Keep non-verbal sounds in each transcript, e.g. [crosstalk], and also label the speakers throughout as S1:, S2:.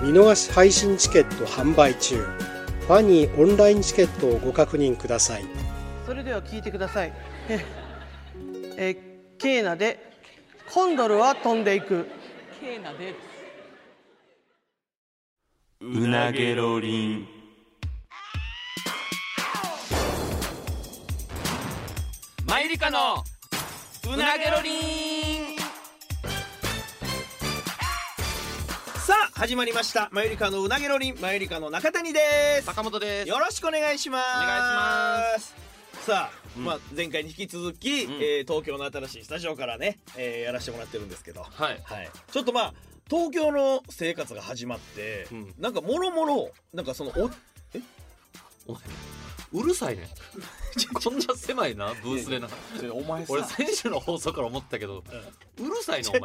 S1: 見逃し配信チケット販売中ファニーオンラインチケットをご確認ください
S2: それでは聞いてください [laughs] えーえーケーナでコンドルは飛んでいく
S3: ケーナで
S4: うなげろりんマイリカのうなげろりん
S5: さあ始まりましたマユリカのうなげろりんマユリカの中谷です
S4: 坂本です
S5: よろしくお願いします
S4: お願
S5: ま
S4: いし
S5: すさあ、
S4: うん
S5: まあ前回に引き続き、
S4: ん
S5: えー東京の新しいスタジオからね、えーやらせてもらってるんですけど
S4: はい
S5: はいちょっとまあ東京の生活が始まって、
S4: うん
S5: なんかもろもろなんかそのお
S4: お前うる
S5: [laughs]
S4: さいねこんな狭いなブースでな
S5: ちょお前さ
S4: 俺選手の放送から思ったけどうるさいなお前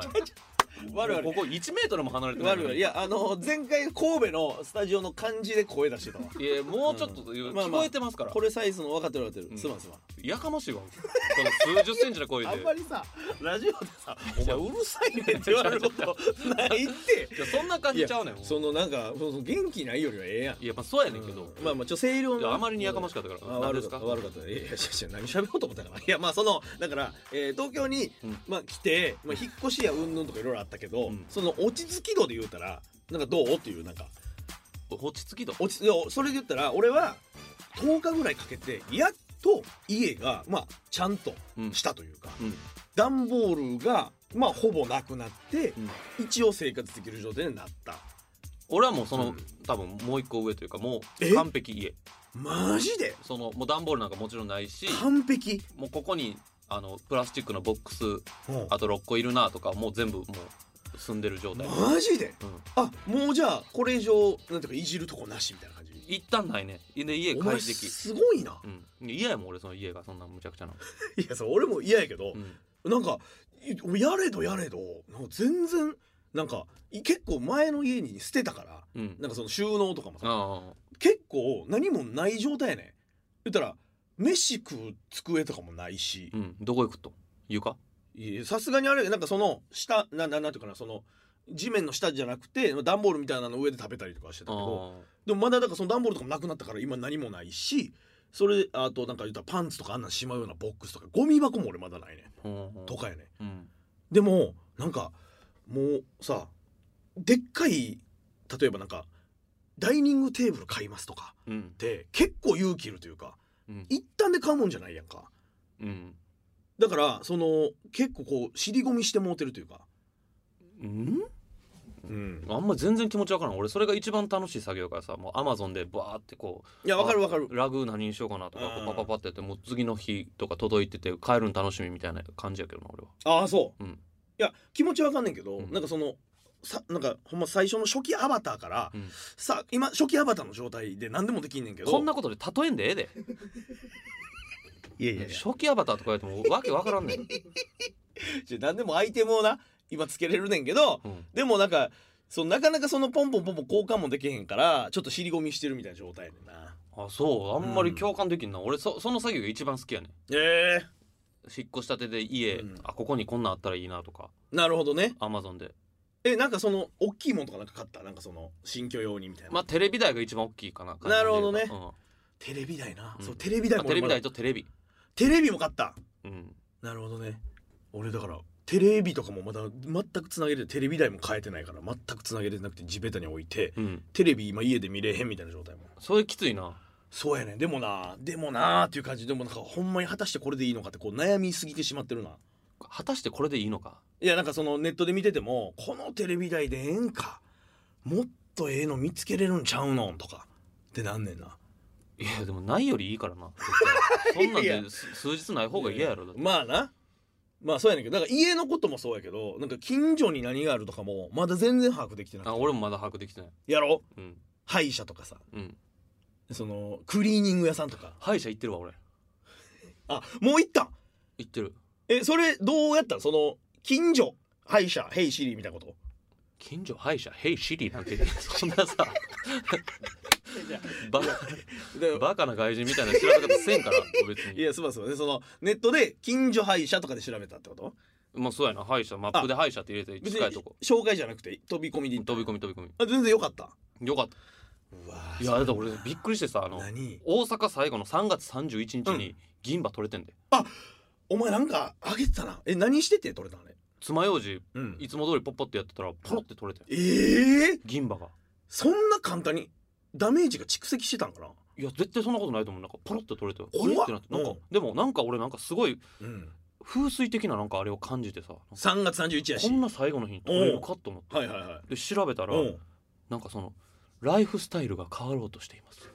S5: 我々
S4: ここ1メートルも離れてない
S5: 悪
S4: の
S5: い悪い
S4: に
S5: いやあの前回神戸のスタジオの感じで声出してたわ
S4: いやもうちょっと
S5: まあ
S4: 聞
S5: まあ
S4: こえてますから
S5: これサイズの分かってる分かってる、
S4: うん
S5: すまんすまん
S4: やかましいわこの数十センチの声で
S5: あんまりさラジオでさ「お前うるさいね」って言われる
S4: [laughs]
S5: ことないって
S4: いやそんな感
S5: い
S4: じ
S5: や
S4: ちゃうねん
S5: そのなんかその元気ないよりはええやん
S4: いやまあそうやねんけど
S5: まあまあちょっと声量
S4: いやあまりにやかましかったから
S5: あ
S4: 何
S5: 悪か
S4: です
S5: った
S4: か
S5: 悪かったいやいやいや何喋ろうと思ったかないやまあそのだから、えー東京に、
S4: うん
S5: まあ、来て、まあ、引っ越しやうんぬんとかいろいろあったけど、
S4: うん
S5: その落ち着き度で言うたらなんかどうっていうなんか
S4: 落ち着きだ
S5: 落ちいやそれで言ったら俺は10日ぐらいかけてやっと家がまあちゃんと
S4: うん
S5: したというか、
S4: うん
S5: 段ボールがまあほぼなくなって、
S4: うん
S5: 一応生活できる状態になった
S4: 俺はもうそ
S5: う
S4: の、
S5: ん
S4: 多分もう一個上というかも
S5: え
S4: う完璧家
S5: マジで
S4: そのもう段ボールなんかもちろんないし
S5: 完璧
S4: もうここにあのプラスチックのボックス
S5: うん
S4: あと6個いるなとかもう全部もう済んでる状態、
S5: マジで
S4: うん、
S5: あもうじゃあこれ以上なんていうかいじるとこなしみたいな感じ
S4: 一旦ないねで家
S5: お
S4: 快
S5: 前
S4: 適
S5: すごいな
S4: うん嫌やもん俺その家がそんなむちゃくちゃ
S5: [laughs]
S4: な、
S5: いやそう俺も嫌やけど
S4: う、ん、
S5: なんかいやれどやれどなんか全然なんかい結構前の家に捨てたから
S4: うん
S5: なんかその収納とかもさ
S4: あ
S5: 結構何もない状態やねん言ったら飯食う机とかもないし
S4: あうんどこ行くと床
S5: いやさすがにあれなんかその下なななんていうかなその地面の下じゃなくて段ボールみたいなの上で食べたりとかしてた
S4: あ
S5: けど
S4: あ
S5: でもまだだからその段ボールとかもなくなったから今何もないしそれあとなんか言ったらパンツとかあんなんしまうようなボックスとかゴミ箱も俺まだないね
S4: うん
S5: とかやね
S4: うん
S5: でもなんかもうさでっかい例えばなんかダイニングテーブル買いますとか
S4: うん
S5: って結構勇気いるというか
S4: うん
S5: 一旦で買うもんじゃないやんか
S4: うん
S5: だからその結構こう尻込みしてもうてるというか
S4: うん
S5: うん
S4: あんま全然気持ちわからん俺それが一番楽しい作業やからさもうアマゾンでバーってこう
S5: いやわかるわかる
S4: あラグ何にしようかなとか
S5: うん
S4: こうパパパってやってもう次の日とか届いてて帰るの楽しみみたいな感じやけどな俺は
S5: ああそう、
S4: うん
S5: いや気持ちわかんねんけど、
S4: うん
S5: なんかそのさなんかほんま最初の初期アバターから、
S4: うん
S5: さ今初期アバターの状態で何でもできんねんけど
S4: こんなことで例えんでええで
S5: いやいやいや
S4: 初期アバターとかやってもわけわからんねん、
S5: [laughs] じゃあ何でもアイテムをな今つけれるねんけど
S4: うん
S5: でもなんかそのなかなかそのポンポンポンポン交換もできへんからちょっと尻込みしてるみたいな状態やねんな
S4: あそうあんまり共感できんな、俺そその作業が一番好きやねん
S5: ええ
S4: 引っ越したてで家、
S5: うん
S4: あここにこんなんあったらいいなとか
S5: なるほどね
S4: アマゾンで
S5: えなんかその大きいもんとかなんか買ったなんかその新居用にみたいな、
S4: まあテレビ台が一番大きいかな
S5: なるほどね
S4: うんま
S5: テレビ台な、
S4: うん
S5: そうテレビ台
S4: あ
S5: も
S4: テレ
S5: 俺
S4: ビ
S5: まだ
S4: 台とテレビ
S5: テレビも買った
S4: うん
S5: なるほどね俺だからテレビとかもまだ全くつなげれてテレビ台も変えてないから全くつなげれてなくて地べたに置いて
S4: うん
S5: テレビ今家で見れへんみたいな状態も
S4: それきついな
S5: そうやねんでもなでもなーっていう感じでもなんかほんまに果たしてこれでいいのかってこう悩みすぎてしまってるな
S4: 果たしてこれでいいのか
S5: いやなんかそのネットで見ててもこのテレビ台でええんかもっとええの見つけれるんちゃうのとかってなんねんない
S4: やでもないよりいいからな絶対そんなん
S5: [laughs] いや
S4: で数数日ない方が嫌やろだって
S5: まあなまあそうやねんけどだから家のこともそうやけどなんか近所に何があるとかもまだ全然把握できてなく
S4: あ
S5: て
S4: 俺もまだ把握できてない
S5: やろ
S4: うん
S5: 歯医者とかさ
S4: うん
S5: そのクリーニング屋さんとか
S4: 歯医者行ってるわ俺
S5: あもう行ったん
S4: 行ってる
S5: えそれどうやったんその近所歯医者ヘイシリみたいなこと
S4: 近所歯医者「ヘイシリ」なんてそんな
S5: [laughs]
S4: さバカ
S5: で
S4: バカな外人みたいな調べ方せんから別
S5: い
S4: に
S5: やすまんすまんでそのネットで近所歯医者とかで調べたってこと
S4: まあそうやな歯医者マップで歯医者って入れて近いとこ
S5: 紹介じゃなくて飛び込みで行った
S4: 飛び込み飛び込み
S5: あ全然よかった
S4: よかっ
S5: うわ
S4: たいやだって俺びっくりしてさあの
S5: 何
S4: 大阪最後の3月31日に銀歯取れてんで
S5: お前なんかあげてたなえ何してて取れたのね
S4: 爪楊枝
S5: うん
S4: いつも通りポッポってやってたらポロって取れて
S5: ええ
S4: 銀歯が
S5: そんな簡単にダメージが蓄積してたんかない
S4: や絶対そんなことないと思うなんかポロって取れて
S5: 怖っ
S4: あれってなってなんか
S5: うん
S4: でもなんか俺なんかすごい
S5: うん
S4: 風水的ななんかあれを感じてさなんか
S5: 3月31やし
S4: こんな最後の日に取れるかと思って
S5: はいはいはい
S4: で調べたら
S5: うん
S4: なんかそのライフスタイルが変わろうとしてい
S5: [laughs]
S4: ます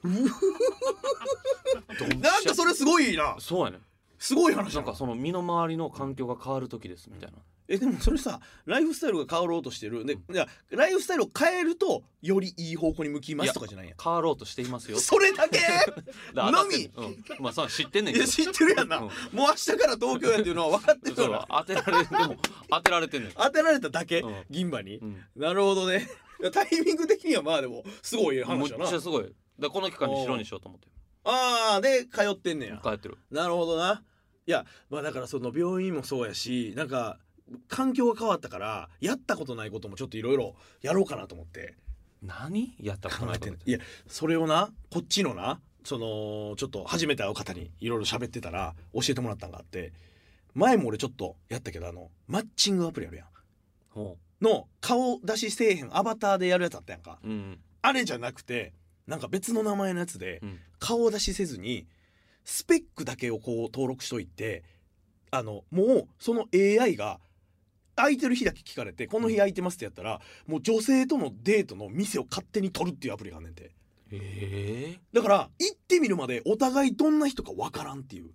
S4: どんしゃ
S5: なんかそれすごいな
S4: そうやね
S5: すごい話だ
S4: なんかその身の回りの環境が変わる時ですみたいな
S5: えでもそれさライフスタイルが変わろうとしてるで、いやライフスタイルを変えるとよりいい方向に向きますとかじゃないんや
S4: 変わろうとしていますよ
S5: それだけ
S4: だから当たってんねんうんまあそれは知ってんねん
S5: い
S4: けど
S5: や知ってるやんな、
S4: うん
S5: もう明日から東京やっていうのは分かってる
S4: そう
S5: から
S4: 当てられでも当てられてんねん
S5: 当てられただけ、
S4: うん
S5: 銀歯に、
S4: うん
S5: なるほどねいやタイミング的にはまあでもすごい
S4: む
S5: 話
S4: っ
S5: だな
S4: ちゃすごいでこの期間に白にしようと思って
S5: ああで通ってんねや
S4: 帰ってる
S5: なるほどないやまあだからその病院もそうやしなんか環境が変わったからやったことないこともちょっといろいろやろうかなと思って
S4: 何やったこと
S5: 考
S4: ない
S5: え
S4: こ
S5: て
S4: と
S5: んいやそれをなこっちのなそのちょっと初めて会う方にいろいろ喋ってたら教えてもらったんがあって前も俺ちょっとやったけどあのマッチングアプリあるやん
S4: ほ
S5: の顔出しせえへんアバターでやるやつあったやんか
S4: ううん
S5: あれじゃなくてなんか別の名前のやつで
S4: うん
S5: 顔出しせずにスペックだけをこう登録しといてあのもうその AI が空いてる日だけ聞かれて「この日空いてます」ってやったらもう女性とのデートの店を勝手に取るっていうアプリがあんねんて
S4: ええ
S5: だから行ってみるまでお互いどんな人かわからんっていう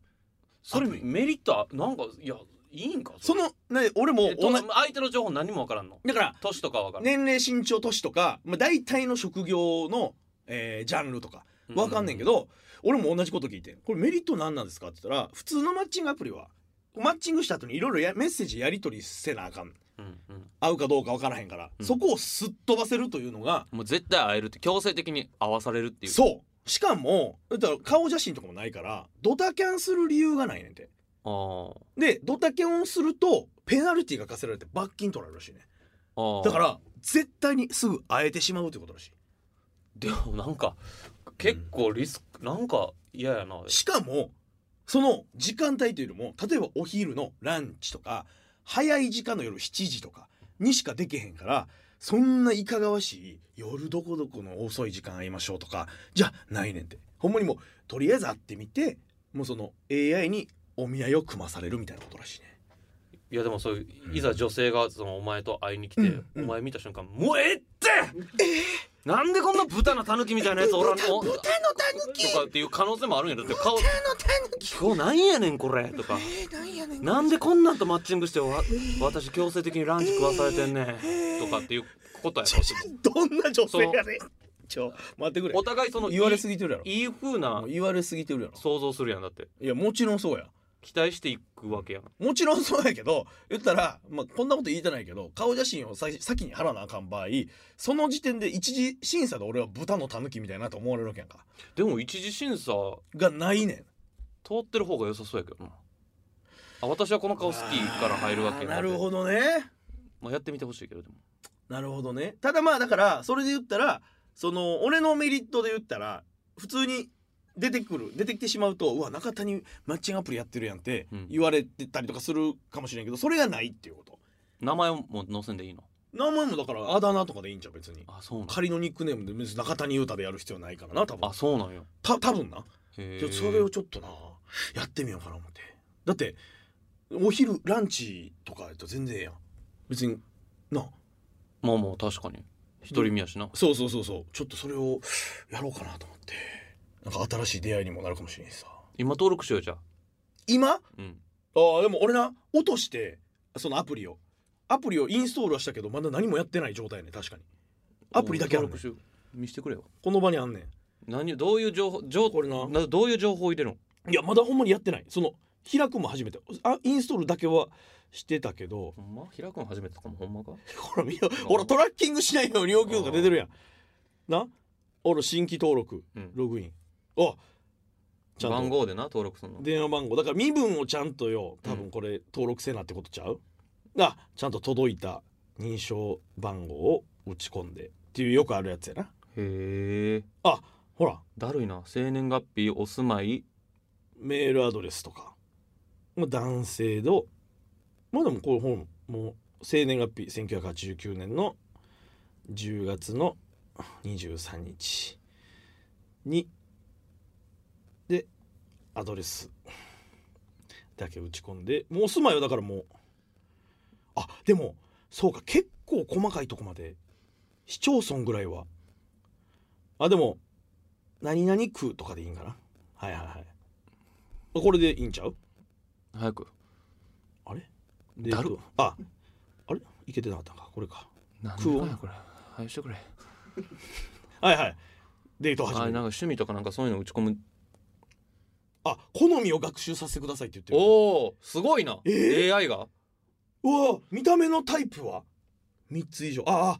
S4: それ
S5: アプリ
S4: メリットあなんかいやいいんか
S5: そのね俺も
S4: えと
S5: 同じ
S4: 相手の情報何もわからんの
S5: だから
S4: 年とかわからん
S5: 年齢身長年とか、まあ、大体の職業の、えージャンルとかわかんねんけど、俺も同じこと聞いてこれメリット何なんですかって言ったら普通のマッチングアプリはマッチングした後にいろいろメッセージやり取りせなあかん
S4: うんうん
S5: 会うかどうかわからへんから、
S4: うん
S5: そこをすっ飛ばせるというのが、
S4: もう絶対会えるって強制的に会わされるっていう
S5: そうしかもだから顔写真とかもないからドタキャンする理由がないねんて
S4: あ
S5: でドタキャンをするとペナルティが課せられて罰金取られるらしいね
S4: あああ
S5: だから絶対にすぐ会えてしまうということらしい
S4: でもなんか結構リスク、なんか嫌やな
S5: しかもその時間帯というよりも例えばお昼のランチとか早い時間の夜7時とかにしかできへんからそんないかがわしい夜どこどこの遅い時間会いましょうとかじゃないねんてほんまにもうとりあえず会ってみてもうその AI にお見合いを組まされるみたいなことらしいね
S4: いやでもそういういざ女性がそのお前と会いに来て、
S5: うんうん
S4: お前見た瞬間「もうええってなんでこんな豚のたぬきみたいなやつおらんの豚のたぬきとかっていう可能性もあるんやろだって顔豚のたぬき今日なんやねんこれとか、なんでこんなんとマッチングしてわ私強制的にランチ食わされてんねん、とかっていうことやろ
S5: [laughs] どんな女性やねんちょ待ってくれ
S4: お互いその
S5: 言われすぎてるやろ
S4: いい風な
S5: もう言われすぎてるやろ
S4: 想像するやんだって
S5: いやもちろんそうや
S4: 期待していくわけやん
S5: もちろんそうやけど言ったら、まあ、こんなこと言いたないけど顔写真をさ先に貼らなあかん場合その時点で一次審査で俺は豚のたぬきみたいなと思われるわけやんか
S4: でも一次審査
S5: がないねん
S4: 通ってる方が良さそうやけどなあ私はこの顔好きから入るわけ
S5: あーなる
S4: ど、
S5: ほどね
S4: まあ、やってみてほしいけどでも
S5: なるほどねただまあだからそれで言ったらその俺のメリットで言ったら普通に出てくる出てきてしまうとうわ中谷マッチングアプリやってるやんって
S4: うん
S5: 言われてたりとかするかもしれんけどそれがないっていうこと
S4: 名前も載せんでいいの
S5: 名前もだからあだ名とかでいいんじゃう別に
S4: あそうなん
S5: 仮のニックネームで別に中谷裕太でやる必要ないからな多分
S4: あそうなんよ
S5: た多分な
S4: へ
S5: じゃ
S4: え
S5: あそれをちょっとなやってみようかな思ってだってお昼ランチとかやと全然ええやん別にな
S4: まあまあ確かに一人身やしな、
S5: そうそうそうそうちょっとそれをやろうかなと思ってなんか新しい出会いにもなるかもしれんしさ
S4: 今登録しようじゃあ
S5: 今あ
S4: うん
S5: ああでも俺な落としてそのアプリをアプリをインストールはしたけどまだ何もやってない状態やね確かにアプリだけあるねん
S4: 登録しよう見してくれよ
S5: この場にあんね
S4: 何どういう情報情
S5: これな
S4: などういう情報を入れるの
S5: んいやまだほんまにやってないその開くも初めてあインストールだけはしてたけど [laughs]
S4: ほんま開くの初めてとかもほんまか
S5: ほら見ろほらトラッキングしないように要求とか出てるやんなほら新規登録
S4: うん
S5: ログインあちゃんと
S4: 番号でな登録するの
S5: 電話番号だから身分をちゃんとよ多分これ登録せなってことちゃう、あちゃんと届いた認証番号を打ち込んでっていうよくあるやつやな
S4: へえ
S5: あほら
S4: だるいな生年月日お住まい
S5: メールアドレスとか、まあ、男性のまあでもこれほんもう生年月日1989年の10月の23日にでアドレスだけ打ち込んでもうお住まいはだからもうあでもそうか結構細かいとこまで市町村ぐらいはあでも何々区とかでいいんかなはいはいはいこれでいいんちゃう
S4: 早く
S5: あれで
S4: だる
S5: ああれいけてなかったんかこれか
S4: 何
S5: 食おう
S4: なんやこれ早してくれ
S5: はいはいデート
S4: あ
S5: 始
S4: なん
S5: め
S4: か
S5: る
S4: 趣味とかなんかそういうの打ち込む
S5: あ好みを学習させてくださいって言ってる
S4: おおすごいな、
S5: え
S4: AI が
S5: うわ見た目のタイプは3つ以上ああ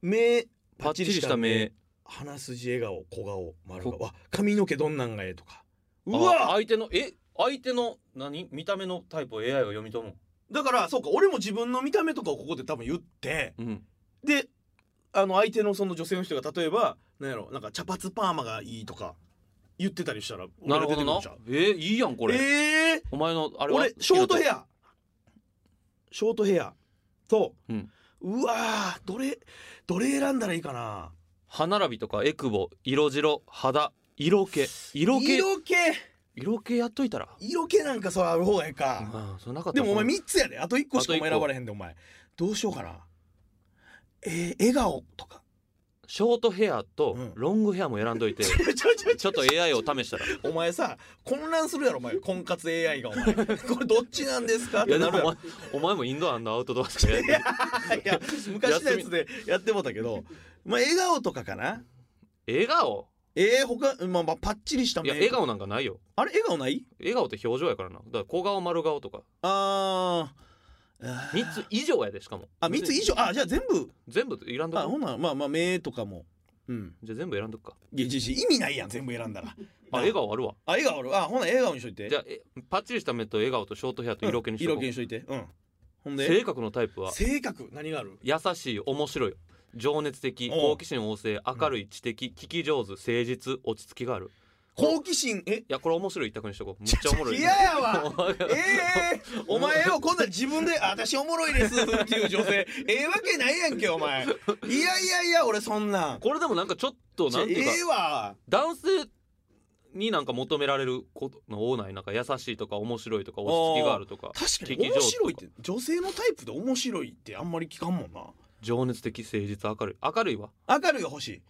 S5: 目
S4: パッチリした目
S5: 鼻筋笑顔小顔丸顔あ髪の毛どんなんがええとかう
S4: あ
S5: わ
S4: 相手のえ相手の何見た目のタイプを AI が読み取る
S5: だからそうか俺も自分の見た目とかをここで多分言って
S4: のうん
S5: であの相手のその女性の人が例えばなんやろなんか茶髪パーマがいいとか言ってたりしたら
S4: なるほど
S5: 俺ら
S4: な
S5: 出てくんちゃう
S4: えー、いいやんこれ、
S5: ええ
S4: お前のあれは
S5: 俺ショートヘ
S4: ア
S5: アショートヘアと、
S4: う
S5: うんわーどれどれ選んだらいいかな
S4: 歯並びとかエクボ色白肌色気色気色
S5: 色気
S4: 気やっといたら
S5: 色気なんかそれある方がええか、
S4: ああそれなかった
S5: でもお前
S4: み
S5: 3つやであと1個しかお前
S4: あと
S5: 選
S4: 一個
S5: ばれへんでお前どうしようかなえー、笑顔とか [laughs]
S4: ショートヘアと
S5: うん
S4: ロングヘアも選ん [laughs] どいて、
S5: ちょちょちょ
S4: ちょっと AI を試したらい
S5: お前さ混乱するやろお前婚活 AI がお
S4: [laughs]
S5: 前これどっちなんですかって
S4: やで
S5: なるや
S4: もお
S5: ろ
S4: 前お前もインドアのアウトドアしかやって
S5: いや昔のやつでやってもたけどまあ笑顔とかかな
S4: 笑顔
S5: えー、他まあまあパッチリした
S4: い
S5: 目
S4: や笑顔なんかないよ
S5: あれ笑顔ない
S4: 笑顔って表情やからなだから小顔丸顔とか
S5: あーあー
S4: 3つ以上やでしかも
S5: あ3つ以上あじゃあ全部
S4: 全部選んど
S5: あ
S4: く
S5: ほなまあまあ目とかもうん
S4: じゃあ全部選んどくか
S5: いやいやいや意味ないやん全部選んだら
S4: あ笑顔あるわ
S5: あ笑顔あるあほな笑顔にしといて
S4: じゃ
S5: あ
S4: あえパッチリした目と笑顔とショートヘアと色気にしと
S5: 色
S4: こ
S5: 気
S4: う
S5: にしといてうんほんで
S4: 性格のタイプは
S5: 性格何がある
S4: 優しい面白い情熱的
S5: おう
S4: 好奇心旺盛明るい知的聞き上手誠実落ち着きがある
S5: 好奇心え
S4: いやこれ面白い一択にしとこうめっちゃおもろい
S5: いややわええお
S4: お前
S5: 前よこんなん自分で「あ私おもろいです」っていう女性ええわけないやんけお前いやいやいや俺そんなん
S4: これでもなんかちょっとなんていうか
S5: ええわ
S4: 男性になんか求められることの多ないなんか優しいとか面白いとか落ち着きがあるとか
S5: 確か
S4: 聞き
S5: に
S4: 上手
S5: 面白いって女性のタイプで面白いってあんまり聞かんもんな
S4: 情熱的誠実明るい明るいわ
S5: 明るいが欲しい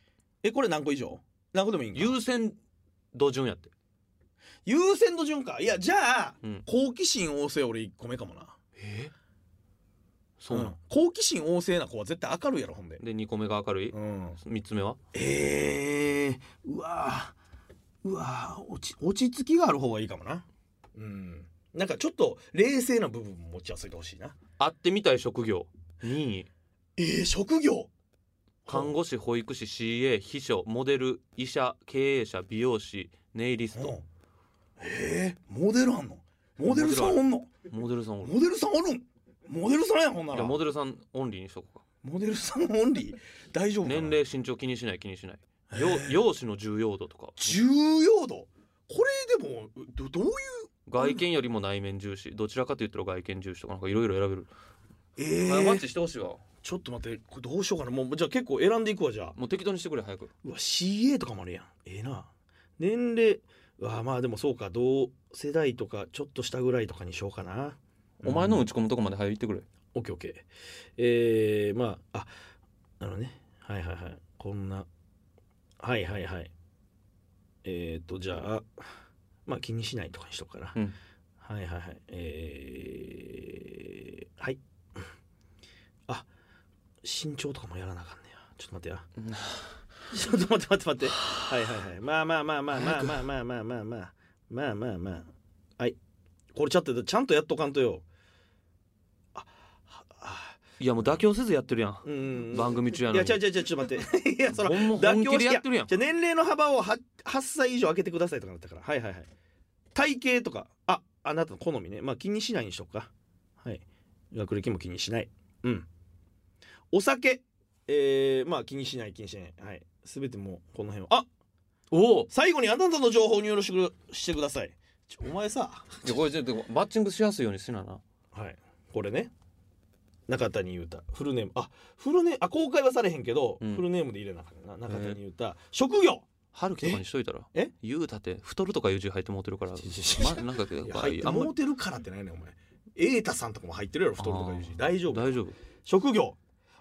S5: えこれ何個以上何個でもいいんか
S4: 優先度順やって
S5: 優先度順かいやじゃあ、
S4: うん
S5: 好奇心旺盛俺1個目かもな
S4: えそうな
S5: うん
S4: の、
S5: 好奇心旺盛な子は絶対明るいやろほんで
S4: で2個目が明るい
S5: うん
S4: 3つ目は
S5: えー、うわーうわー落ち落ち着きがある方がいいかもなうんなんかちょっと冷静な部分も持ち合わせてほしいな
S4: 会ってみたい職業2位
S5: えー、職業
S4: 看護師保育士 CA 秘書モデル医者経営者美容師ネイリス
S5: う
S4: ト
S5: んえー、モデルあんのモデルさんおんの
S4: モデルさんおる
S5: モデルさんおるんモデルさんやんほんないら
S4: や
S5: モ
S4: モデルさんオンリーにしとこうか
S5: デルさんオンリー大丈夫かな
S4: 年齢身長気にしない気にしないよ容姿の重要度とか
S5: 重要度これでもどどういう
S4: 外見よりも内面重視どちらかと言ったら外見重視とかなんかいろいろ選べる、
S5: え
S4: あマッ
S5: ー、
S4: チしてほしいわ
S5: ちょっと待ってこれどうしようかなもうじゃあ結構選んでいくわじゃあ
S4: もう適当にしてくれ早く
S5: うわ CA とかもあるやんええな年齢あまあでもそうか同世代とかちょっと下ぐらいとかにしようかな
S4: お前の
S5: うん
S4: 打ち込むとこまで早く行ってくれ
S5: オッケーオッケーえー、まあああのねはいはいはいこんなはいはいはいえっ、ー、とじゃあまあ気にしないとかにしとくかな、
S4: うん
S5: はいはいはいえー、はいあ身長とかもやらなあかんねやちょっと待ってやちょっと待って待って待ってはいはいはいまあまあまあまあまあまあまあまあまあまあまあまあまあはいこれちょっとちゃんとやっとかんとよああ
S4: いやもう妥協せずやってるやん
S5: うん
S4: 番組中や
S5: い
S4: の
S5: や
S4: に
S5: ちゃうちゃうちゃうちょっと待って
S4: [laughs]
S5: いやその
S4: ほんま
S5: 妥
S4: 本気
S5: 協
S4: で
S5: し
S4: や
S5: や
S4: ってるやん
S5: じゃあ年齢の幅を 8, 8歳以上開けてくださいとかなったからはいはいはい体型とかああなたの好みねまあ気にしないにしとくかはい学歴も気にしないうんお酒えー、まあ気にしない気にしないはい全てもうこの辺はあ
S4: おお
S5: 最後にあなたの情報を入力してくしてくださいちょお前さ
S4: いやこれちょっとマッチングしやすいようにしなな
S5: はいこれね中谷裕太フルネームあフルネームあ公開はされへんけど、
S4: うん
S5: フルネームで入れなあかったな中谷裕太職業
S4: 春樹とかにしといたら
S5: え
S4: 言うたって太るとかいう字入ってもうて
S5: [laughs]
S4: るからまなんかやっ
S5: いや
S4: ぱ
S5: 入って
S4: あんま
S5: もうてるからってないねお前瑛太さんとかも入ってるやろ太るとかいうし
S4: あー
S5: 大丈夫
S4: 大丈夫
S5: 職業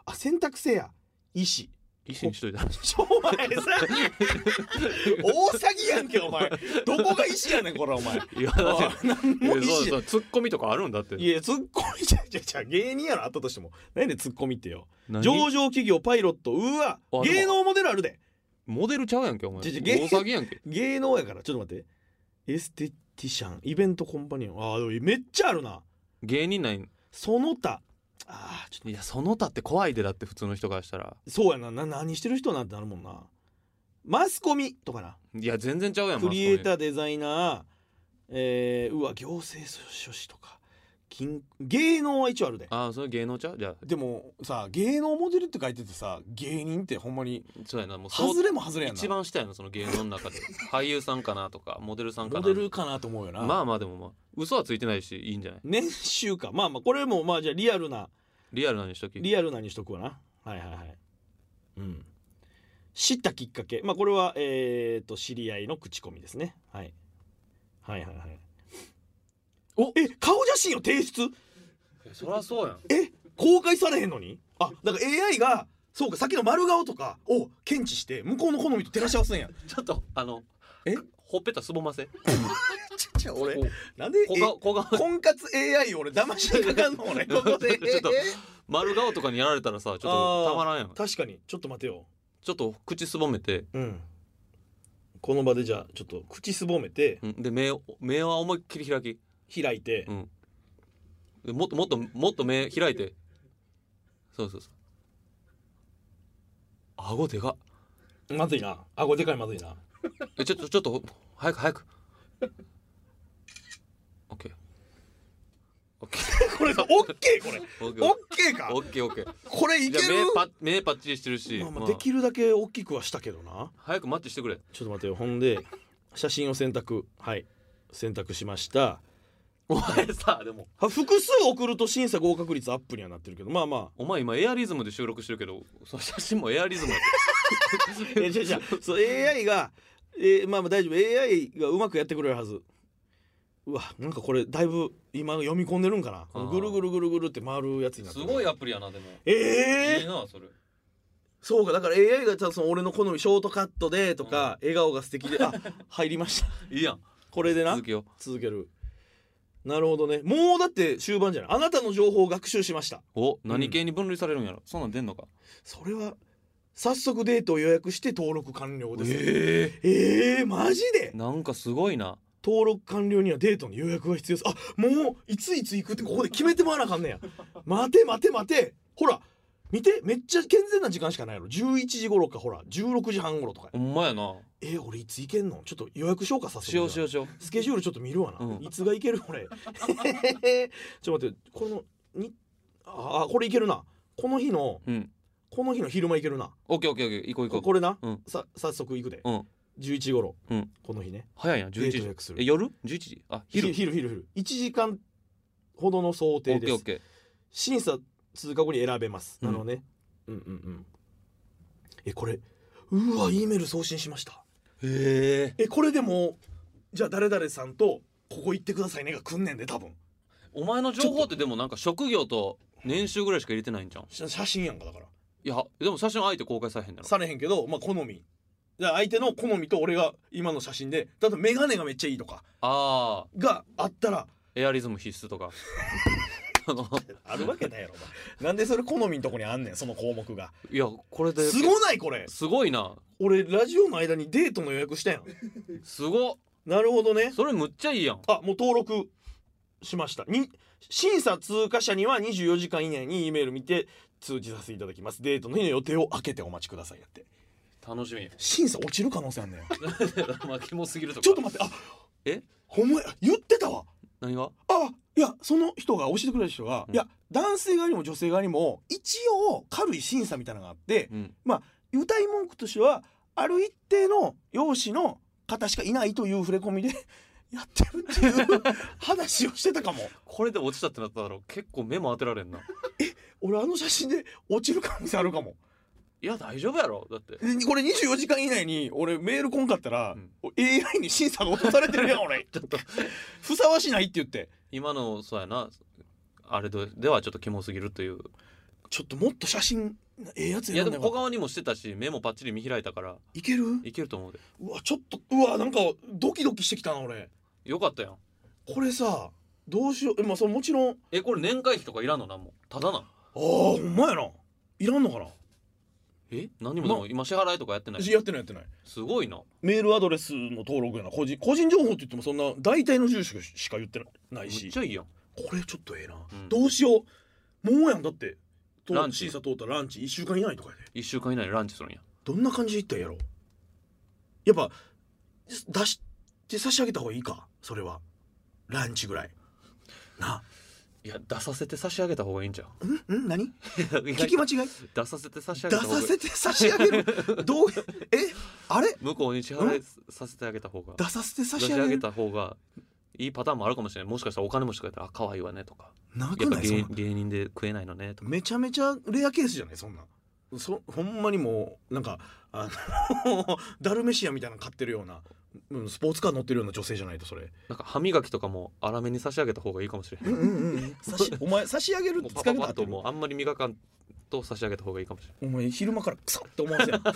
S5: あ選択制や医師
S4: 医師にしといたら
S5: ちょお前さ
S4: [laughs]
S5: 大詐欺やんけお前どこが医師やねんこれお前
S4: いやだって
S5: 何
S4: [laughs] い
S5: も
S4: や
S5: 医
S4: そう
S5: 師
S4: そうツッコミとかあるんだって
S5: いやツッコミじゃじゃじゃ芸人やろあったとしても何でツッコミってよ
S4: 何
S5: 上場企業パイロットうわ
S4: あでも
S5: 芸能モデルあるで
S4: モデルちゃうやんけお前
S5: ちょちょ
S4: 大詐欺やんけ
S5: 芸能やからちょっと待ってエステティシャンイベントコンパニオンあーでもめっちゃあるな
S4: 芸人ない
S5: その他あーちょっ
S4: いやその他って怖いでだって普通の人からしたら
S5: とそうやなな何してる人なんてなるもんなマスコミとかない
S4: や全然ちゃうやん
S5: クリエイタ
S4: ー
S5: ーデザイナーえー、うわ行政書士とか金芸能は一応あるで
S4: ああそれ芸能ちゃうじゃあ
S5: でもさ芸能モデルって書いててさ芸人ってほんまに
S4: そうやなもうそう
S5: 外れも外れやんな
S4: 一番下やなその芸能の [laughs] 中で俳優さんかなとかモデルさんか
S5: モ
S4: な
S5: デルかなと思うよな
S4: まあまあでもまあ嘘はついてないしいいんじゃない
S5: 年収かまあまあこれもまあじゃあリアルな
S4: リアルなにしとき
S5: リアルなにしとくわなはいはいはいうん知ったきっかけまあこれはえっ、と知り合いの口コミですね、はい、はいはいはいおえ顔写真を提出
S4: そりゃそうやん
S5: え公開されへんのにあだから AI がそうかさっきの丸顔とかを検知して向こうの好みと照らし合わせんやん
S4: ちょっとあの
S5: え
S4: ほっぺたすぼませ
S5: ちっちゃい俺
S4: こ
S5: なんで
S4: 小
S5: え
S4: 顔小 [laughs] 顔
S5: 婚活 AI を俺騙しにかかんの俺ここで
S4: [laughs] ちょっと丸顔とかにやられたらさちょっと
S5: あー
S4: たまらんやん
S5: 確かにちょっと待てよ
S4: ちょっと口すぼめて
S5: うんこの場でじゃあちょっと口すぼめて
S4: うんで目を目は思いっきり開き
S5: 開いて、
S4: うんでもっともっともっと目開いてそうそうそう顎でかっ
S5: まずいな。あ、これでかいまずいな。
S4: えちょっとちょっと早く早く OK オッケ
S5: [laughs]
S4: ー
S5: これ、オッケーこれ。
S4: オッケー
S5: オッケーか
S4: オ。ッケーオッケー
S5: これい
S4: じゃ
S5: け
S4: あ
S5: る
S4: 目パッ目パッチリしてるし、
S5: まあまあ、
S4: まあ
S5: できるだけ大きくはしたけどな。
S4: 早くマッチしてくれ
S5: ちょっと待ってよ。ほんで、写真を選択。はい。選択しました。
S4: お前さでも
S5: あ複数送ると審査合格率アップにはなってるけど、まあま
S4: お前今エアリズムで収録してるけどその写真もエアリズムや
S5: あ。い [laughs] や、じゃじゃそう、AI が、えーまあまあ大丈夫。AI がうまくやってくれるはず。うわ、なんかこれ、だいぶ今読み込んでるんかな。このぐるぐるぐるぐるって回るやつに
S4: で
S5: なっ
S4: す
S5: てる。
S4: ごいアプリやなでも
S5: ええ
S4: いいなそれ
S5: そうかだから AI がただその俺の好みショートカットでとか、笑顔が素 [laughs] 敵であ入りました
S4: いいやん
S5: これでな
S4: 続けよ
S5: 続けるなるほどねもうだって終盤じゃないあなたの情報を学習しました
S4: うお何系に分類されるんやろ、そんなん出んのか
S5: それは早速デートを予約して登録完了ですえ
S4: え
S5: えー、マジで
S4: なんかすごいな
S5: 登録完了にはデートの予約が必要ですあもういついつ行くってここで決めてもらわなあかんねや待て待て待てほら見てめっちゃ健全な時間しかないやろ11時頃かほら16時半頃とか
S4: ほんまやな
S5: え俺いつ行けんのちょっと予約しようかさ
S4: しようしようしよう
S5: スケジュールちょっと見るわな、
S4: うん
S5: いつが行ける [laughs] 俺ちょっと待ってこのにああこれ行けるなこの日の
S4: うん
S5: この日の昼間行けるな
S4: オッケーオッケーオッケー行こう行
S5: こ
S4: こ
S5: これな、
S4: うん
S5: さ早速行くで、
S4: ううん
S5: 11時頃、
S4: うん
S5: この日ね
S4: 早いな
S5: デート予
S4: 11時
S5: 約する
S4: え夜11時あ昼
S5: ひ昼昼昼1時間ほどの想
S4: オ
S5: 定
S4: ッケ
S5: で
S4: ーオッ
S5: す
S4: ケー
S5: 審査通過後に選べます、
S4: うん
S5: なるほどねうんうんうんえこれうわ E メール送信しました
S4: へえ
S5: えこれでもじゃあ誰々さんとここ行ってくださいねが来んねんで多分
S4: お前の情報ってでもなんか職業と年収ぐらいしか入れてないんじゃん
S5: し写真やんかだから
S4: いやでも写真あえて公開されへんだろ
S5: されへんけどまあ好みだから相手の好みと俺が今の写真で例えば眼鏡がめっちゃいいとか
S4: ああ
S5: があったら
S4: エアリズム必須とかあの
S5: あるわけないやろお [laughs] 前なんでそれ好みのとこにあんねんその項目が
S4: いやこれです
S5: ごないこれ
S4: すごいな
S5: 俺ラジオの間にデートの予約したやん
S4: すごっ
S5: なるほどね
S4: それむっちゃいいやん
S5: あもう登録しましたに審査通過者には24時間以内に E メール見て通知させていただきますデートの日の予定を開けてお待ちくださいやって
S4: 楽しみ [laughs]
S5: 審査落ちる可能性あんねん
S4: まあキモすぎるとか
S5: ちょっと待ってあ
S4: え
S5: ほんまや言ってたわ
S4: 何が
S5: あいやその人が教えてくれた人が、
S4: うん
S5: いや男性側にも女性側にも一応軽い審査みたいなのがあって
S4: うん
S5: 歌い文句としてはある一定の容姿の方しかいないという触れ込みで [laughs] やってるっていう話をしてたかも
S4: これで落ちたってなったら結構目も当てられんな
S5: 俺あの写真で落ちる可能性あるかも
S4: いや大丈夫やろだって
S5: でこれ24時間以内に俺メール来んかったら、
S4: うん
S5: AI に審査が落とされてるやん俺
S4: [laughs] ちょっと
S5: ふさわしないって言って
S4: 今のそうやなあれでではちょっとキモすぎるという
S5: ちょっともっと写真ええやつ
S4: いや
S5: 選ん
S4: で
S5: で
S4: も小顔にもしてたし目もパッチリ見開いたから
S5: いける
S4: いけると思うで
S5: うわちょっとうわなんかドキドキしてきたな俺
S4: よかったやん
S5: これさどうしようえまあそれもちろんあ
S4: えこれ年会費とかいらんのなんもただなん
S5: あほんまやないらんのかな
S4: え何もでも
S5: な
S4: 今支払いとかやってない
S5: やってないやってない
S4: すごいな
S5: メールアドレスの登録やな個人個人情報って言ってもそんな大体の住所しか言ってな
S4: め
S5: い
S4: っ
S5: し
S4: ちゃいいやん
S5: これちょっとええな、
S4: ん
S5: どうしようもうやんだってと
S4: ランチ
S5: 審査通ったらランチ1週間以内とかやで
S4: 1週間以内にランチするんや
S5: どんな感じで行ったらやろうやっぱ出して差し上げた方がいいかそれはランチぐらいない
S4: や出させて差し上げた方がいいんじゃうん
S5: ん何聞
S4: 聞
S5: き間違い
S4: [laughs] 出させて差し上げ
S5: 出
S4: た方が
S5: させて差し上げるどうえあれ
S4: 向こうに支払いさせてあげた方が
S5: 出させて差
S4: 差
S5: し
S4: し
S5: 上
S4: 上
S5: げ
S4: げ
S5: る
S4: た方がいいパターンもあるかもしれないもしかしたらお金もしかしたらあ可愛いわねとか
S5: な
S4: や
S5: く
S4: っぱ
S5: ないそん
S4: 芸
S5: な
S4: 芸人で食えないのねとか
S5: めちゃめちゃレアケースじゃないそんなんそほんまにもうなんかあのダルメシアみたいなの買ってるような、うん、スポーツカー乗ってるような女性じゃないとそれ、
S4: なんか歯磨きとかも粗めに差し上げた方がいいかもしれない
S5: 差しお前差し上げるって
S4: もうパ
S5: 使
S4: パ
S5: い
S4: パ
S5: 方合
S4: ッ
S5: って
S4: と
S5: る
S4: もうあんまり磨かんと差し上げた方がいいかもしれ
S5: お前昼間からクサって思わせやん
S4: ない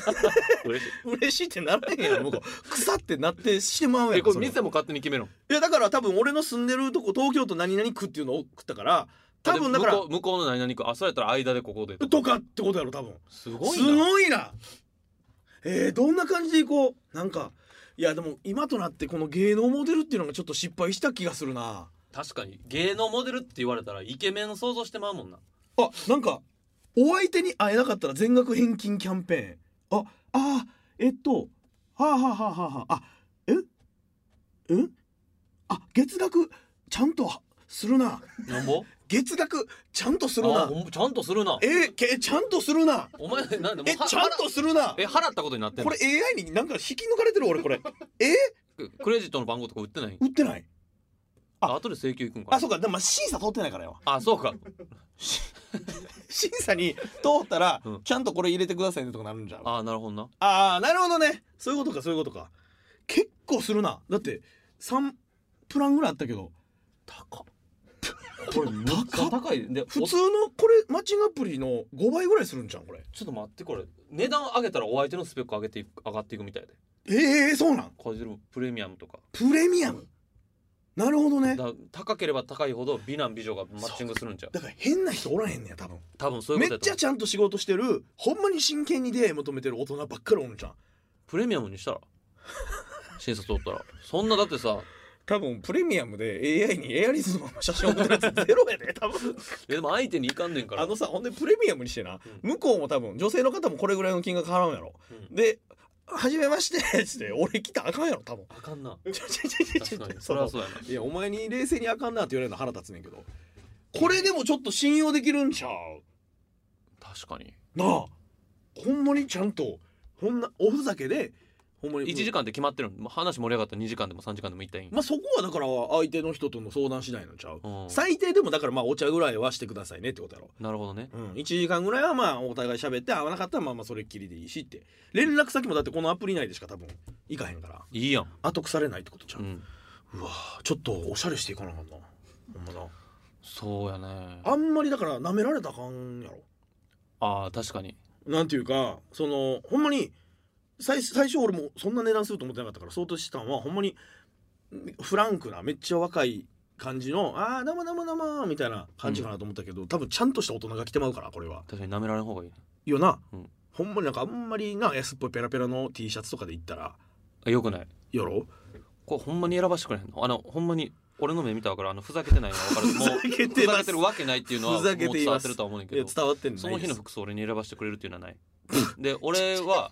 S4: 嬉しい
S5: [laughs] 嬉しいってならへんやろ向こうクサってなってしてまうや
S4: え
S5: ん
S4: こ
S5: そ
S4: れ
S5: れ
S4: 店も勝手に決めろ
S5: いやだから多分俺の住んでるとこ東京都何々区っていうのを食ったから多分だか
S4: で
S5: ら
S4: 向こう向こうの何々区あそれやったら間でここでとか
S5: とかってことやろ多分
S4: すごい
S5: す
S4: な
S5: ごいなえー、どんな感じでいこうなんかいやでも今となってこの芸能モデルっていうのがちょっと失敗した気がするな
S4: 確かに芸能モデルって言われたらイケメンの想像してまうもんな
S5: あなんかお相手に会えなかったら全額返金キャンペーンああーえっとはあはあはあはあはああええあ月額ちゃんとはするな
S4: なんぼ
S5: 月額ちゃんとするな
S4: あほんちゃんとするな
S5: えーけちゃんとするな
S4: お前なんでもう
S5: え
S4: は
S5: ちゃんとするな
S4: 払え払ったことになってん
S5: こ
S4: の
S5: れ AI になんか引き抜かれてる俺これえ
S4: ククレジットの番号とか売ってない
S5: 売ってないあ
S4: あ後で請求行くんかな
S5: あそうかでも審査通ってないからよ
S4: あそうか
S5: 審査に通ったら、
S4: うん
S5: ちゃんとこれ入れてくださいねとかなるんじゃんあ
S4: あなるほどな
S5: あーなるほどねそういうことかそういうことか結構するなだって3プランぐらいあったけど高っ
S4: これ高いで
S5: 普
S4: お
S5: 通のこれマッチングアプリの5倍ぐらいするんじゃんこれ
S4: ちょっと待ってこれ値段上げたらお相手のスペック上げていく上がっていくみたいで
S5: ええー、そうなん
S4: これでもプレミアムとか
S5: プレミアムなるほどねだ
S4: だ高ければ高いほど美男美女がマッチングするんちゃう
S5: から変な人おらへんねや多分
S4: 多分そうい
S5: め
S4: うこ
S5: っ
S4: と
S5: ち
S4: や
S5: ゃ
S4: と
S5: ちゃんと仕事してるほんまに真剣に出会い求めてる大人ばっかりおるんじゃん
S4: プレミアムにしたら審査通ったらそんなだってさ
S5: 多分プレミアムで AI にエアリズムの写真送るやつゼロやで多分
S4: えでも相手にいかんねんから
S5: あのさほんでプレミアムにしてな、向こうも多分女性の方もこれぐらいの金額払うんやろ、
S4: う
S5: で「はじめまして」っつって「俺来たらあかんやろ [laughs] 多分
S4: あかんな」
S5: ちょちょちょちょち
S4: 確
S5: ょ
S4: か
S5: [laughs] ちょ
S4: にそれはそうやな
S5: のいやお前に冷静にあかんなって言われるの腹立つねんけどこれでもちょっと信用できるんちゃう
S4: 確かに
S5: なあほんまにちゃんとほんなおふざけでほんまに
S4: 1時間って決まってるのまあ話盛り上がったら2時間でも3時間でもいったらいいん
S5: まあそこはだから相手の人との相談次第なんちゃう、
S4: うん
S5: 最低でもだからまあお茶ぐらいはしてくださいねってことやろ
S4: なるほどね
S5: うん、1時間ぐらいはまあお互い喋って会わなかったらまあまあそれっきりでいいしって連絡先もだってこのアプリ内でしか多分行かへんから
S4: いいやん
S5: 後腐れないってことじゃ、
S4: うんん
S5: うわぁちょっとおしゃれしていかなあかんなほんまな
S4: そうやね
S5: あんまりだから舐められたらあかんやろ
S4: ああ確かに
S5: なんていうかそのほんまに最最初俺もそんな値段すると思ってなかったから相当してたんはほんまにフランクなめっちゃ若い感じの「ああどうもどうもどうも」みたいな感じかなと思ったけど、多分ちゃんとした大人が来てまうからこれは。
S4: 確かに舐められん方がいい
S5: いいよな、
S4: うん
S5: ほんまになんかあんまりな安っぽいペラペラの T シャツとかで行ったら
S4: あよくない
S5: やろ
S4: これほんまに選ばしてくれへんのあのほんまに俺の目見たからあのふざけてないのは分かるもう
S5: ふざけてます
S4: ふざけてるわけないっていうのはも
S5: ふ
S4: う
S5: ざけてい
S4: 伝わ
S5: ま
S4: っ
S5: す
S4: てるとは思うねん
S5: い
S4: け
S5: や
S4: ど
S5: 伝わってんの
S4: その日の
S5: 服
S4: 服装俺に選ばしてくれるっていうのはないで俺は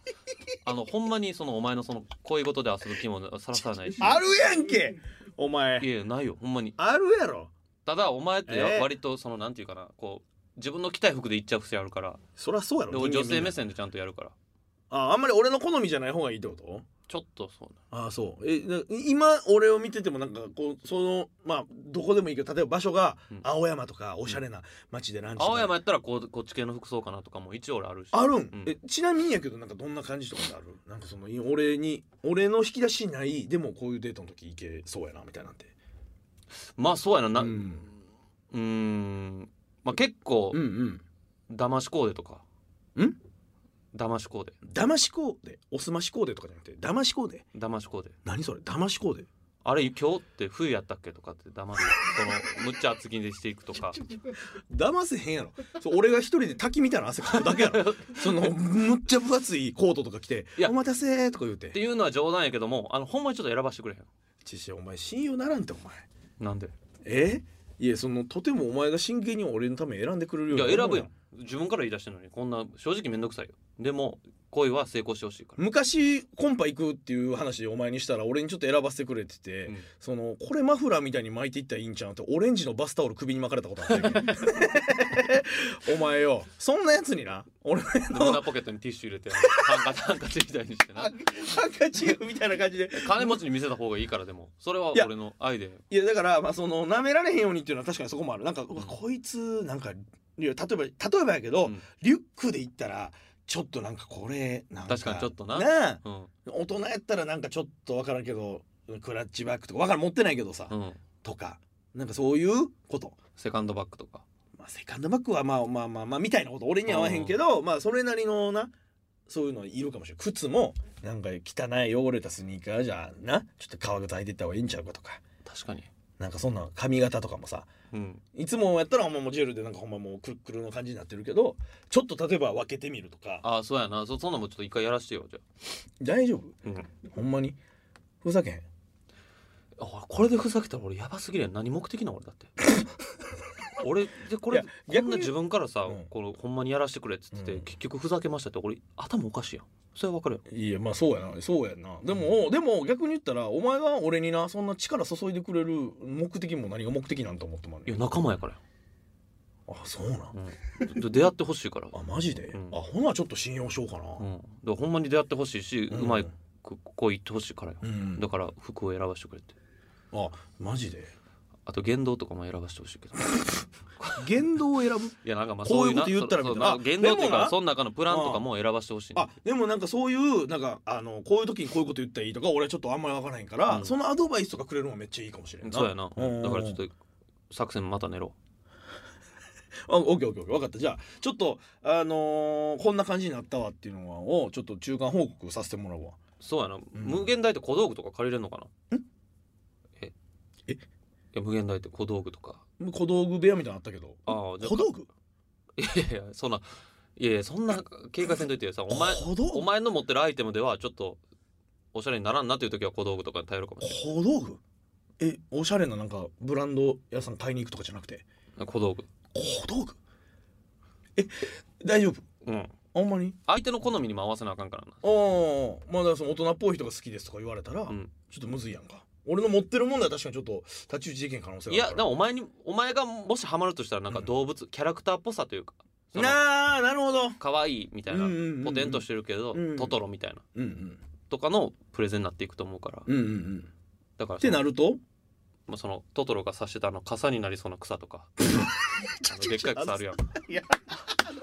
S4: あのほんまにそのお前のその恋事で遊ぶ気もさらさらないし
S5: あるやんけお
S4: い
S5: 前
S4: やないよほんまに
S5: あるやろ
S4: ただお前って
S5: えー
S4: 割とそのなんていうかなこう自分の着たい服で行っちゃう癖あるから
S5: そりゃそうや
S4: で
S5: ろ
S4: 俺
S5: 人間
S4: 女
S5: みんな
S4: 性目線でちゃんとやるから
S5: ああんまり俺の好みじゃない方がいいってこと
S4: ちょっとそう
S5: ああそうえな今俺を見ててもなんかこうそのまあどこでもいいけど例えば場所が
S4: うん
S5: 青山とかおしゃれな街でランチとか
S4: 青山やったらこうこっち系の服装かなとかも一応俺あるし
S5: あるん、
S4: うん
S5: えちなみにやけどなんかどんな感じとかってあるなんかそのい俺に俺の引き出しないでもこういうデートの時行けそうやなみたいなんて
S4: まあそうやなな
S5: う
S4: うんーんまあ結構
S5: うんうん
S4: 騙しコーデとか
S5: ん
S4: 騙しコーデ
S5: 騙しコーデおすましコーデとかじゃなくて騙しコーデ
S4: 騙しコーデ
S5: 何それ騙しコーデ
S4: あれ今日って冬やったっけとかって騙しそのむっちゃ厚着でしていくとか
S5: 騙せへんやろそう俺が一人で滝みたいな汗かくだけや
S4: [laughs]
S5: ろそのむっちゃ分厚いコートとか着て「
S4: いや
S5: お待たせ」とか言うて
S4: っていうのは冗談やけどもあのほんまにちょっと選ばしてくれへん
S5: ちしお前信用ならんってお前
S4: なんで
S5: えいやそのとてもお前が真剣に俺のために選んでくれるよ
S4: いう
S5: な
S4: や選ぶや
S5: もの
S4: ん自分から言い出してるのにこんな正直めんどくさいよでも恋は成功してほしいから
S5: 昔コンパ行くっていう話でお前にしたら俺にちょっと選ばせてくれって言って、
S4: うん
S5: そのこれマフラーみたいに巻いていったらいいんちゃうってオレンジのバスタオル首に巻かれたことあったんやけど [laughs] お前よそんなやつにな俺の
S4: で胸ポケットにティッシュ入れてハンカチハンカチみたいにして [laughs] な
S5: ハンカチみたいな感じで
S4: 金持ちに見せた方がいいからでもそれはい
S5: や
S4: 俺のアイデア
S5: いやだからまあその舐められへんようにっていうのは確かにそこもあるなんか、うわこいつなんかいや例えば例えばやけど、
S4: うん
S5: リュックで行ったらちょっとなんかこれなんか
S4: 確かにちょっとな
S5: なあ
S4: うん
S5: 大人やったらなんかちょっとわからんけどクラッチバッグとかわからん持ってないけどさ、
S4: うん
S5: とかなんかそういうこと、
S4: セカンドバッグとか
S5: まあ、セカンドバッグはまあまあまあまあみたいなこと俺には合わへんけど、まあそれなりのなそういうのいるかもしれない靴もなんか汚い汚れたスニーカーじゃなちょっと革靴履いてった方がいいんちゃうかとか
S4: 確かに
S5: なんかそんな髪型とかもさ
S4: うん
S5: いつもやったらほんまもうジェルでなんかほんまもうくるっくるの感じになってるけどちょっと例えば分けてみるとか
S4: ああそうやなそそんなんもちょっと一回やらしてよじゃ
S5: 大丈夫
S4: あ、うん、
S5: ほんまにふざけへん
S4: あこれでふざけたら俺やばすぎるやん何目的なの俺だって
S5: [laughs]
S4: 俺でこ
S5: い
S4: れ
S5: や
S4: こ
S5: 逆
S4: ん
S5: に
S4: な自分からさ、
S5: うん
S4: このほんまにやらしてくれっつってて、
S5: うん
S4: 結局ふざけましたって俺頭おかしいやんそれはわかるや
S5: いやまあそうやなそうやなでも、でも逆に言ったらお前が俺になそんな力注いでくれる目的も何が目的なんと思ってもらうん
S4: いや仲間やから
S5: あそうなん、
S4: やん、うん、で出会ってほしいから、
S5: あマジで、
S4: うん
S5: あほなちょっと信用しようかな、
S4: うん、でほんまに出会ってほしいし、
S5: う
S4: うんまいここう言ってほしいからよ、
S5: うん
S4: だから服を選ばしてくれって
S5: あマジで
S4: あと言動とかも選ばしてほしいけどい
S5: [laughs] 言動を選ぶ
S4: やなんかまあそういうな
S5: こういうこと言ったら
S4: そ
S5: みたいな
S4: そう言動と
S5: で
S4: いう
S5: もな
S4: かその中のプランとかも選ばしてほしいね、
S5: あでもなんかそういうなんかあのこういう時にこういうこと言ったらいいとか俺はちょっとあんまり分からへんから、
S4: うん
S5: そのアドバイスとかくれるのがめっちゃいいかもしれんない
S4: そうやな、
S5: うん
S4: だからちょっと作戦また練ろ
S5: あ、オッケーオッケーオッケー、分かった。じゃあ、ちょっと、あのーこんな感じになったわっていうのはを、ちょっと中間報告させてもらうわ。
S4: うそうやな、無限大って小道具とか借りれるのかなえ
S5: え
S4: いや無限大って小道具とか
S5: 小道具部屋みたいなのあったけど。
S4: ああじゃあ
S5: 小道具
S4: いやいやそんないやいやそんな警戒せんといてよさお前
S5: 小道具
S4: お前の持ってるアイテムではちょっとおしゃれにならんなという時は小道具とかに頼るかもしれ
S5: 小道具え、おしゃれななんか、ブランド屋さん買いに行くとかじゃなくて。
S4: ない小道具
S5: 小道具え、大丈夫
S4: うん
S5: あんまり
S4: 相手の好みにも合わせなあかんからな
S5: ああ、まあだからその大人っぽい人が好きですとか言われたら、
S4: ん
S5: ちょっとむずいやんか。俺の持ってるもんでは確かにちょっと立ち打ち事件可能性が
S4: い
S5: ある
S4: や
S5: か
S4: で
S5: ら
S4: もお前にお前がもしハマるとしたらなんか動物、キャラクターっぽさというかその
S5: なあ、なるほど。
S4: 可愛いみたいな、
S5: うんうんうんうん
S4: ポテンとしてるけど、
S5: うん
S4: トトロみたいな
S5: うんうん。
S4: とかのプレゼンになっていくと思うから、
S5: うんうんうん。
S4: だから
S5: っ
S4: そ
S5: て
S4: の
S5: なると
S4: まあそのトトロが刺してたあの傘になりそうな草と [laughs] かあのでっかい草あるやん
S5: いや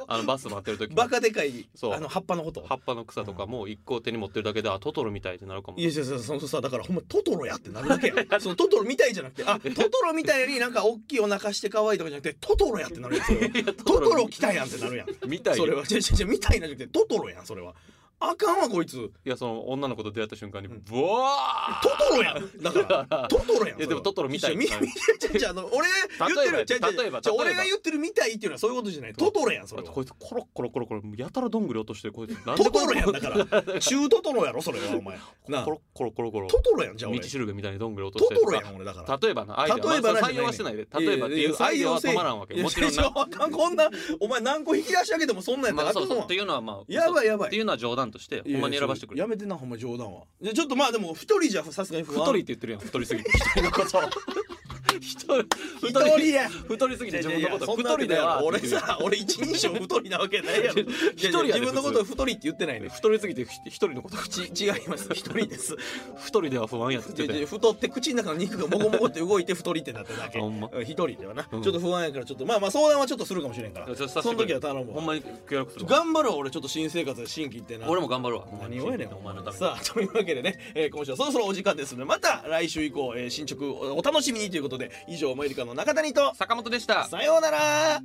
S4: あのバス待ってる時
S5: バ
S4: の
S5: カでかい
S4: そう
S5: あの葉っぱのこと
S4: 葉っぱの草とかも一個手に持ってるだけであトトロみたいってなるかも
S5: いやいやいやそのさだからほんまトトロやってなるだけ
S4: [laughs]
S5: やそのトトロみたいじゃなくてあトトロみたいになんか大きいお腹して可愛いとかじゃなくてトトロやってなるやんそれはトトロ来たやんってなるやん
S4: みたい
S5: それは違う違う違うみたいなじゃなくてトトロやんそれはあかんわこいつ
S4: いやその女の子と出会った瞬間にブワ
S5: トトロやんだ
S4: [laughs]
S5: からトトロやん
S4: いやでもトトロみたい
S5: み [laughs] じゃあの俺言ってるちゃ
S4: 例えば
S5: うちゃう
S4: 例えば
S5: ちゃう
S4: 例えば
S5: 俺が言ってるみたいっていうのはそういうことじゃないトトロやんそ
S4: ー
S5: れ
S4: あ
S5: は
S4: とこいつコロッコロコロコロやたらどんぐり落としてこいつなん
S5: ト
S4: こ
S5: トロやんだから中トトロやろそれはお前なあ
S4: コロッコロコロコロ
S5: ト
S4: 道
S5: トロやんじゃあ俺
S4: しるべみたいにどんぐり落と
S5: ト
S4: し
S5: ト
S4: て
S5: ロやん俺だから
S4: 例えばなアイデア
S5: 例えばな
S4: まあ
S5: じゃないね
S4: 採用はしてないで例えばっていうアイデアは止まらんわけもちろん
S5: な
S4: な
S5: こんなお前何個引き出し上げてもそんなんやった
S4: ま
S5: ら
S4: あ
S5: あか
S4: そうんそう
S5: わ
S4: っていうのはまあ
S5: やばいやばい
S4: っていうのは冗談として
S5: い
S4: ほんまに選ばしてくれ
S5: やめてなほんま冗談はじゃあちょっとまあでも一人じゃさすがに不安
S4: 太りって言ってるやん太りすぎて人のこと人
S5: 一
S4: 太
S5: 人
S4: り
S5: や
S4: 太りすぎて自分のこと
S5: そんな
S4: 太
S5: わ
S4: り
S5: けな
S4: で
S5: いや
S4: は
S5: ろ俺さ俺一人称太りなわけないやろ
S4: [laughs] 一人やで
S5: いやいや
S4: 普通
S5: 自分のことを太りって言ってないね
S4: 太りすぎてひ一人のこと
S5: ち違います一人です
S4: 太りでは不安やって言
S5: で
S4: ってた
S5: で
S4: よ
S5: 太って口の中の肉がモコモコって動いて太りってなっただけ
S4: あほんま
S5: うん一人ではな、
S4: うん
S5: ちょっと不安やからちょっとまあまあ相談はちょっとするかもしれんから
S4: ちょっとさせ
S5: その
S4: てく
S5: 時
S4: れ
S5: は頼むわ
S4: ほんまに協力するわ
S5: 頑張るわ俺ちょっと新生活で新規ってな
S4: 俺も頑張るわ
S5: 何をやねん
S4: お前のために
S5: さあというわけでね、えー今週はそろそろお時間ですのでまた来週以降、えー進捗おお楽しみにということで以上マユリカの中谷と
S4: 坂本でした
S5: さようなら